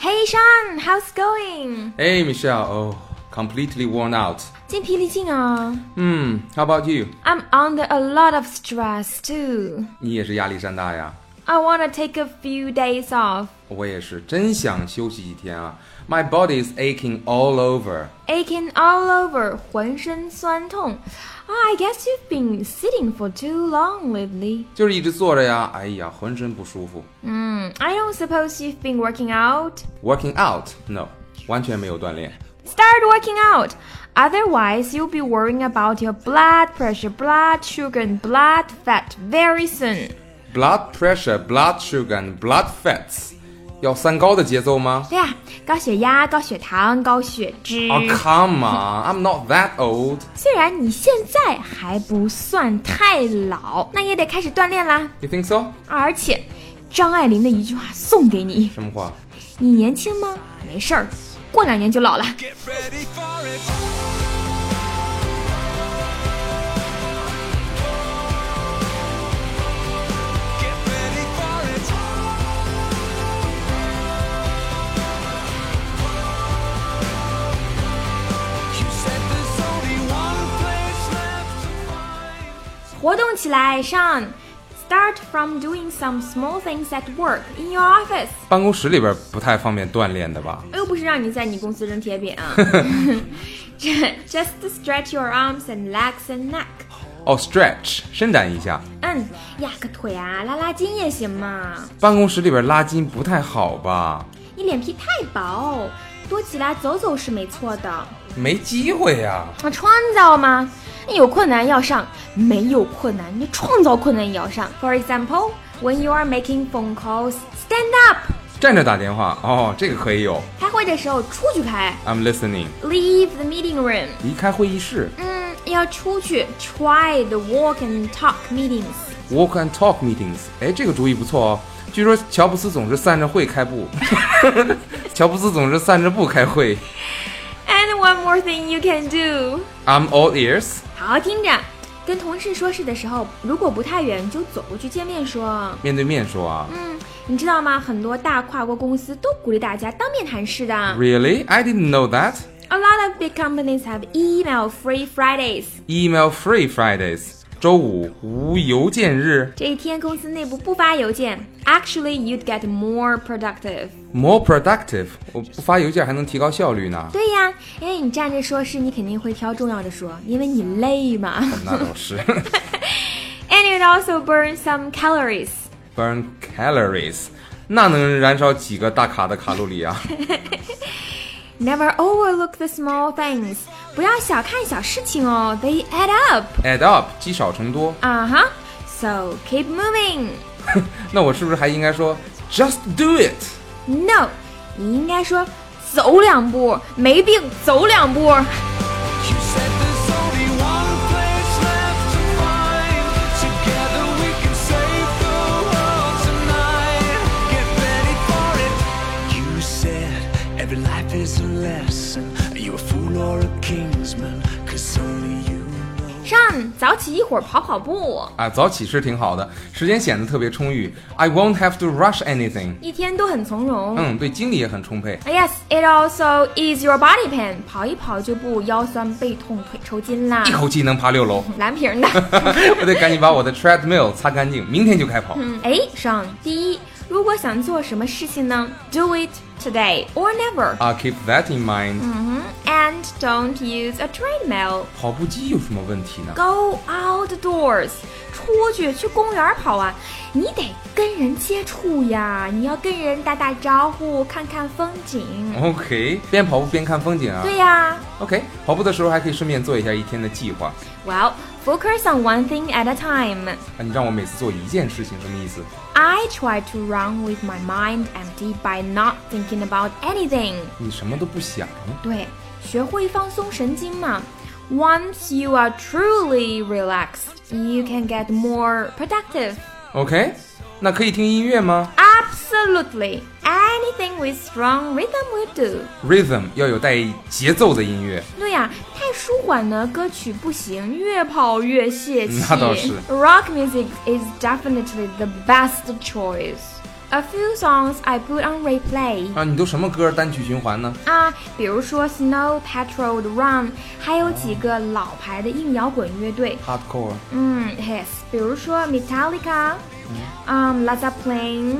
Hey Sean, how's going? Hey, Michelle. Oh, completely worn out. 精疲力尽啊。 Hmm. How about you? I'm under a lot of stress too. 你也是压力山大呀。 I wanna take a few days off. 我也是，真想休息几天啊。My body is aching all over. Aching all over, 浑身酸痛。I guess you've been sitting for too long lately. 就是一直坐着呀，哎呀，浑身不舒服。 Hmm, I don't suppose you've been working out? Working out? No，完全没有锻炼。 Start working out. Otherwise, you'll be worrying about your blood pressure, blood sugar, and blood fat very soon. Blood pressure, blood sugar, and blood fats，要三高的节奏吗对呀、高血压、高血糖、高血脂。 ？Oh come on, I'm not that old。虽然你现在还不算太老，那也得开始锻炼啦。 You think so？而且，张爱玲的一句话送给你：什么话？你年轻吗？没事儿，过两年就老了。 Get ready for it. Get ready for it. You said there's only one place left to find. 活动起来上。Start from doing some small things at work in your office。办公室里边不太方便锻炼的吧又不是让你在你公司扔铁饼 啊。Just to stretch your arms and legs and neck。哦 stretch，伸展一下。嗯，压个腿啊，拉拉筋也行嘛。办公室里边拉筋不太好吧？你脸皮太薄，多起来走走是没错的。啊，没机会呀、创造吗？有困难要上，没有困难你创造困难也要上。For example, when you are making phone calls, stand up。站着打电话哦，这个可以有。开会的时候出去开 I'm listening。 ，leave the meeting room。离开会议室嗯，要出去，try the walk and talk meetings。 ，walk and talk meetings。哎，这个主意不错哦。据说乔布斯总是散着会开步， 乔布斯总是散着步开会。 And one more thing you can do。 I'm all ears。好好听着，跟同事说事的时候，如果不太远，就走过去见面说。面对面说啊。嗯，你知道吗？很多大跨国公司都鼓励大家当面谈事的。A Really? I didn't know that. lot of big companies have email-free Fridays。 Email free Fridays，周五无邮件日。这一天公司内部不发邮件，actually you'd get more productive。 More productive，我不发邮件还能提高效率呢。对呀，因为你站着说事，你肯定会挑重要的说，因为你累嘛。 那倒是。 And it also burns some calories。 Burn calories，那能燃烧几个大卡的卡路里 啊？ Never overlook the small things，不要小看小事情哦，they add up。 add up 积少成多。啊哈，so keep moving。那我是不是还应该说 just do it？ No，你应该说走两步，没病走两步。 You said there's only one place left to find. Together we can save the world tonight. Get ready for it. You said every life is a lesson. Are you a fool or a kingsman? Cause only you know. 上早起一会儿跑跑步，啊，早起是挺好的，时间显得特别充裕。I won't have to rush anything。一天都很从容。嗯，对精力也很充沛。 Yes, it also is your body pain。跑一跑就不腰酸背痛腿抽筋啦一。口气能爬六楼， 蓝瓶的。我得赶紧把我的 treadmill 擦干净，明天就开跑。嗯， 哎，上第一，如果想做什么事情呢？Do it today or never。 I'll 啊 keep that in mind。嗯哼，and don't use a treadmill。跑步机有什么问题呢？ Go outdoors，出去去公园跑啊！你得跟人接触呀，你要跟人打打招呼，看看风景。 OK，边跑步边看风景啊。对呀、 OK，跑步的时候还可以顺便做一下一天的计划。 w e l l focus on one thing at a time. 啊，你让我每次做一件事情，什么意思？ I try to run with my mind empty by not thinking about anything. 你什么都不想。对，学会放松神经嘛。Once you are truly relaxed, you can get more productive. OK，那可以听音乐吗 Absolutely, anything with strong rhythm will do. ？Rhythm 要有带节奏的音乐。对呀、太舒缓的歌曲不行，越跑越泄气。那倒是 Rock music is definitely the best choice. A few songs I put on replay 啊，你都什么歌单曲循环呢？啊，比如说 Snow Patrol 的 Run，还有几个老牌的硬摇滚乐队， Hardcore，嗯，Yes，比如说 Metallica，嗯，Led Zeppelin、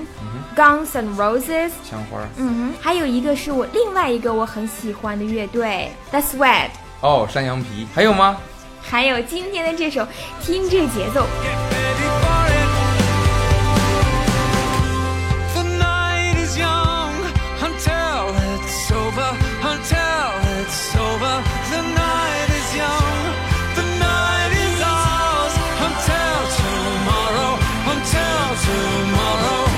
Guns N' Roses，枪花儿嗯哼，还有一个是我另外一个我很喜欢的乐队 The Sweat，哦，山羊皮，还有吗？还有今天的这首，听这节奏， Get ready for it. The night is young until it's over. Until it's over. The night is young. The night is ours until tomorrow. Until tomorrow.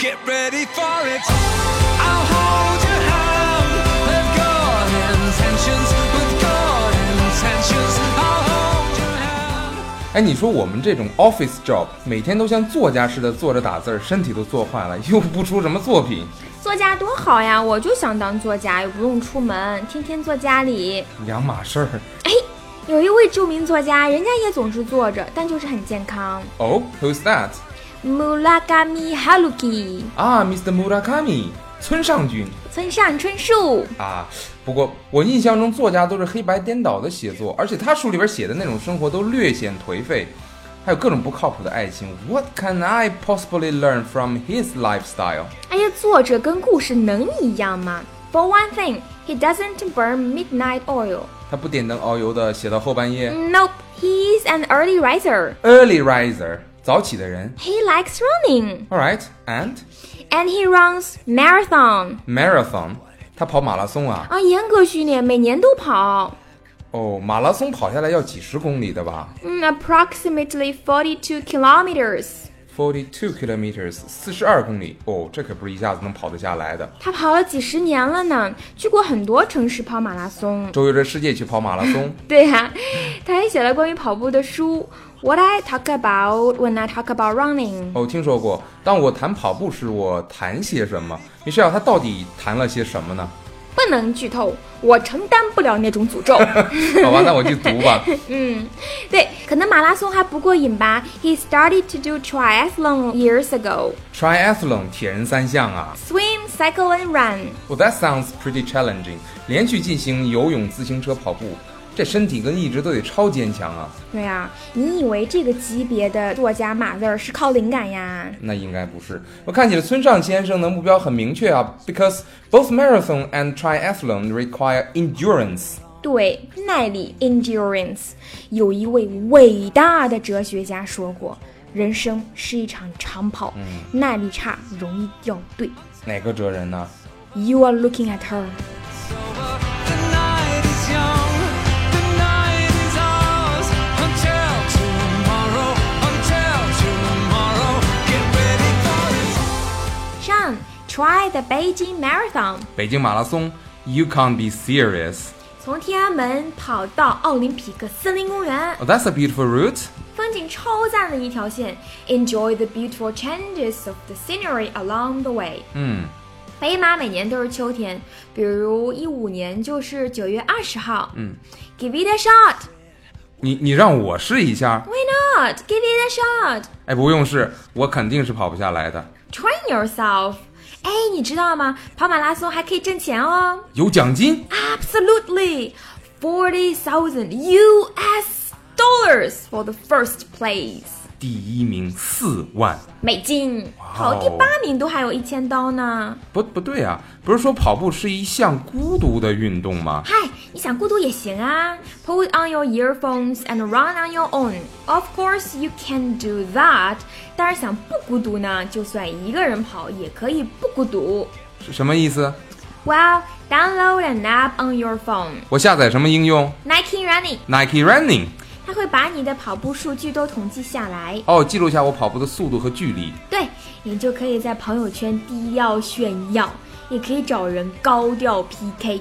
Get ready for it. I'll hold your hand with good intentions. With good intentions. I'll hold your hand. 哎，你说我们这种 office job，每天都像作家似的坐着打字儿，身体都坐坏了，又不出什么作品，作家多好呀！我就想当作家，又不用出门，天天坐家里。两码事儿。哎，有一位著名作家，人家也总是坐着，但就是很健康。哦、w h o s that？ Murakami Haruki，啊，Mr. Murakami，村上君村上春树。啊。不过我印象中作家都是黑白颠倒的写作，而且他书里边写的那种生活都略显颓废，还有各种不靠谱的爱情。What can I possibly learn from his lifestyle？哎呀，作者跟故事能一样吗？For one thing, he doesn't burn midnight oil. 他不点灯熬油的，写到后半夜。 Nope, he's an early riser. Early riser，早起的人。 He likes running, All right, and and he runs marathon. marathon，他跑马拉松啊。啊，严格训练，每年都跑。哦，马拉松跑下来要几十公里的吧嗯，approximately forty-two kilometers. ？Forty-two kilometers，四十二公里。哦，这可不是一下子能跑得下来的。他跑了几十年了呢，去过很多城市跑马拉松。周游着世界去跑马拉松。 对呀、他还写了关于跑步的书《What I Talk About When I Talk About Running》。哦，听说过。当我谈跑步时，我谈些什么？你是要他到底谈了些什么呢？不能剧透，我承担不了那种诅咒。好吧，那我去读吧。嗯，对，可能马拉松还不过瘾吧。He started to do triathlon years ago. Triathlon 铁人三项啊。 Swim, cycle, and run. Well, that sounds pretty challenging. 连续进行游泳、自行车、跑步，这身体跟意志都得超坚强啊。对啊，你以为这个级别的作家码字儿是靠灵感呀？那应该不是。我看起来村上先生的目标很明确啊，because both marathon and triathlon require endurance。对，耐力 （endurance）。有一位伟大的哲学家说过，人生是一场长跑，耐力差容易掉队。哪个哲人呢、 You are looking at her. The night is young, the night is ours until tomorrow, until tomorrow. Get ready for it. Sean, try the Beijing Marathon. 北京马拉松，You can't be serious。从天安门跑到奥林匹克森林公园， Oh, that's a beautiful route。风景超赞的一条线。Enjoy the beautiful changes of the scenery along the way。嗯，北马每年都是秋天，比如一五年就是九月二十号。嗯，Give it a shot。你你让我试一下？ Why not? Give it a shot. 哎，不用试，我肯定是跑不下来的。 Train yourself. 哎，你知道吗？跑马拉松还可以挣钱哦。有奖金 Absolutely. Forty thousand U.S. dollars for the first place. 第一名四万。美金，哦跑第八名都还有一千刀呢。不不对啊，不是说跑步是一项孤独的运动吗？嗨，你想孤独也行啊。Put on your earphones and run on your own. Of course you can do that. 但是想不孤独呢，就算一个人跑也可以不孤独。是什么意思？ Well, download an app on your phone. 我下载什么应用 Nike Running， ？Nike Running。它会把你的跑步数据都统计下来，哦，记录下我跑步的速度和距离。对你就可以在朋友圈低调炫耀，也可以找人高调 PK。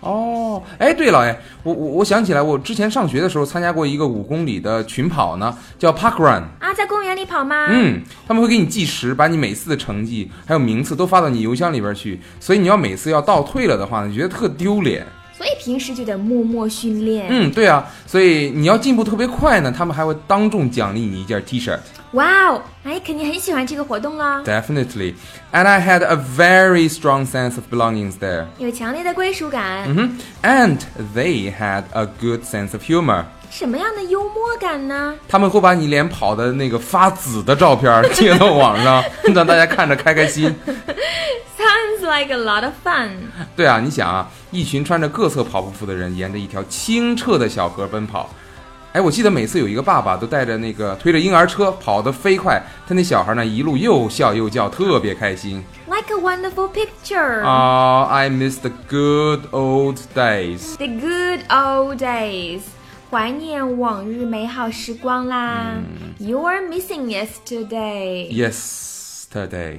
哦，哎，对了，哎，我我我想起来，我之前上学的时候参加过一个五公里的群跑呢，叫 Park Run。啊，在公园里跑吗？嗯，他们会给你计时，把你每次的成绩还有名次都发到你邮箱里边去，所以你要每次要倒退了的话，你觉得特丢脸。所以平时就得默默训练。嗯，对啊，所以你要进步特别快呢，他们还会当众奖励你一件 T-shirt。哇哦，哎，肯定很喜欢这个活动啦， Definitely. And I had a very strong sense of belongings there. 有强烈的归属感。 Mhm. And they had a good sense of humor. 什么样的幽默感呢？他们会把你脸跑的那个发紫的照片儿贴到网上，让大家看着开开心。 Sounds like a lot of fun。对啊，你想啊，一群穿着各色跑步服的人沿着一条清澈的小河奔跑。哎，我记得每次有一个爸爸都带着那个推着婴儿车跑得飞快，他那小孩呢一路又笑又叫，特别开心。 Like a wonderful picture. 啊、i miss the good old days。 The good old days. 怀念往日美好时光啦。You're missing us today. Yesterday，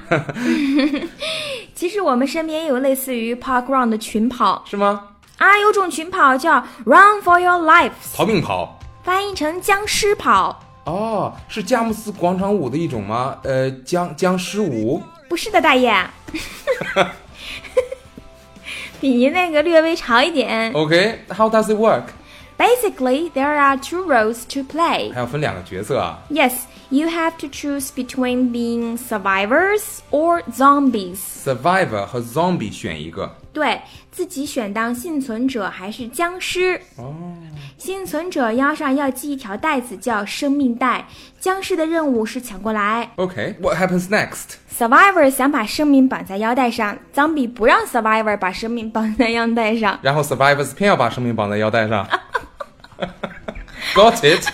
其实我们身边也有类似于 Park Run 的群跑是吗？啊，有种群跑叫 Run for Your Lives，逃命跑翻译成僵尸跑。哦，是佳木斯广场舞的一种吗？呃，僵僵尸舞。不是的，大爷，比您那个略微长一点。哦 OK，How、does it work？ Basically, there are two roles to play. 还要分两个角色啊。 Yes, you have to choose between being survivors or zombies. Survivor 和 Zombie 选一个。对自己选当幸存者还是僵尸。幸存者腰上要系一条带子，叫生命带。僵尸的任务是抢过来。 OK，What、happens next？ Survivor 想把生命绑在腰带上，Zombie 不让 Survivor 把生命绑在腰带上。然后 Survivors 偏要把生命绑在腰带上。Got it？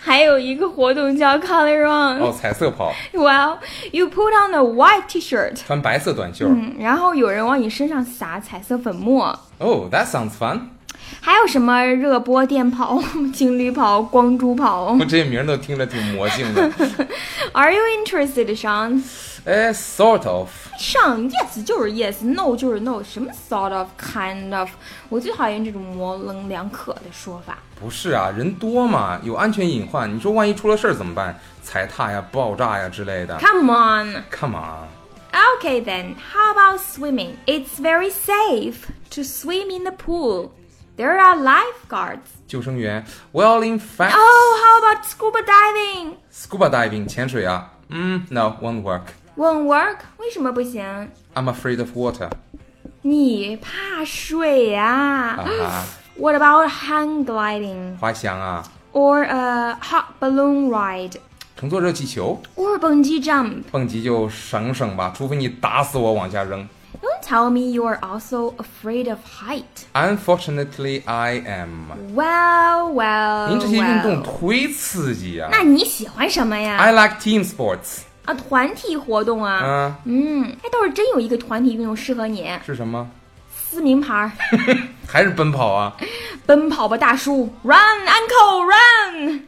还有一个活动叫 Color 哦， Run。彩色跑， Well, you put on a white T-shirt. 穿白色短袖。嗯，然后有人往你身上撒彩色粉末， Oh, that sounds fun！还有什么热播电跑、 情侣跑、光珠跑 我这些名儿都听着挺魔性的。 ？Are you interested, Sean？哎，sort of。上 yes 就是 yes，no 就是 no，什么 sort of、kind of，我最讨厌这种模棱两可的说法。不是啊，人多嘛，有安全隐患。你说万一出了事儿怎么办？踩踏呀、爆炸呀之类的。 Come on. Come on。 Okay then, how about swimming? It's very safe to swim in the pool. There are lifeguards. 救生员，Well, in fact, Oh, how about scuba diving? scuba diving 潜水啊，嗯，No, won't work. Won't work? 为什么不行？ I'm afraid of water. 你怕水呀、啊哈， What about hang gliding 滑翔啊， or a hot balloon ride 乘坐热气球， or bungee jump? 蹦极就省省吧，除非你打死我往下扔。 Don't tell me you are also afraid of height. Unfortunately, I 嗯 am. Well, well. 您这些运动哎 well. 忒刺激啊那你喜欢什么呀？ ！I like team sports. 啊，团体活动啊。嗯，嗯，哎，倒是真有一个团体运动适合你，是什么？撕名牌儿， 还是奔跑啊？奔跑吧，大叔，Run, Uncle, Run！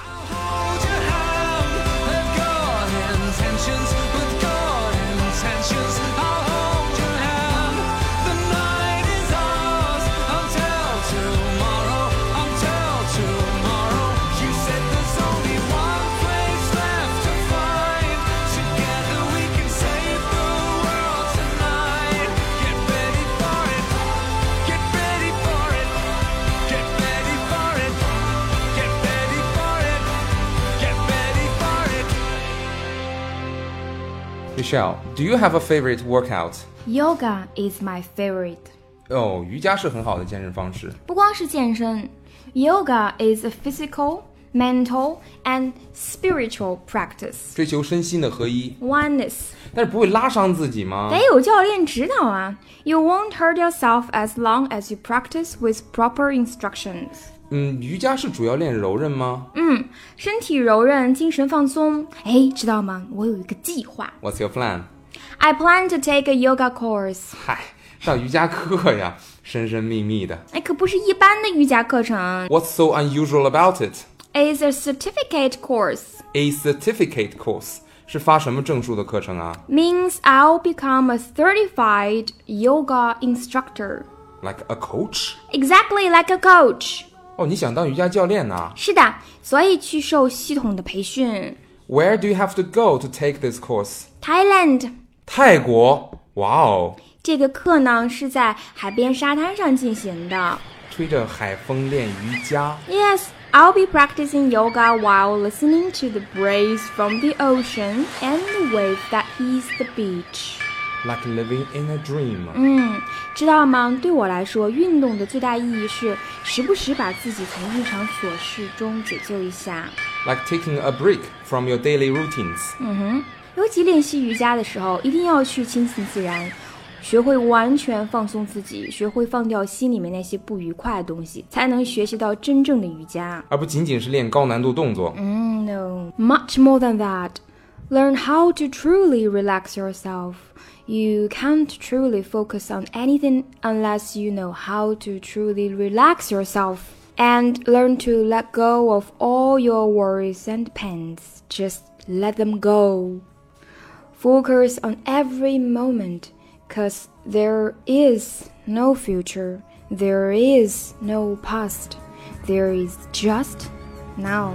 Hold your hand with good intentions, with good intentions. I'll hold your hand. The night is ours until tomorrow, until tomorrow. You said there's only one place left to find. Together we can save the world tonight. Get ready for it. Get ready for it. Get ready for it. Get ready for it. Get ready for it. Michelle, do you have a favorite workout? Yoga is my favorite. 哦，瑜伽是很好的健身方式。不光是健身，yoga is a physical, mental and spiritual practice 追求身心的合一， oneness. 但是不会拉伤自己吗？得有教练指导啊！You won't hurt yourself as long as you practice with proper instructions. 嗯，瑜伽是主要练柔韧吗嗯，身体柔韧，精神放松。哎，知道吗？我有一个计划。 ？What's your plan？ I plan to take a yoga course. 嗨，上瑜伽课呀，神神秘秘的。哎，可不是一般的瑜伽课程 What's so unusual about it？ ，is a certificate course. A certificate course 是发什么证书的课程啊 Means I'll become a certified yoga instructor. ？Like a coach？ Exactly like a coach. 哦，你想当瑜伽教练呐、啊是的，所以去受系统的培训。 w h e r e do you have to go to take this course？ Thailand 泰国？哇哦，这个课呢是在海边沙滩上进行的。吹着海风练瑜伽。 Yes, I'll be practicing yoga while listening to the breeze from the ocean and the waves that hits the beach. Like living in a dream，、嗯，知道吗？对我来说，运动的最大意义是时不时把自己从日常琐事中解救一下。 like taking a break from your daily routines。尤其练习瑜伽的时候，一定要去亲近自然，学会完全放松自己，学会放掉心里面那些不愉快的东西，才能学习到真正的瑜伽。而不仅仅是练高难度动作。 Mm, no, much more than that. Learn how to truly relax yourself. You can't truly focus on anything unless you know how to truly relax yourself. And learn to let go of all your worries and pains. Just let them go. Focus on every moment, because there is no future, there is no past, there is just now.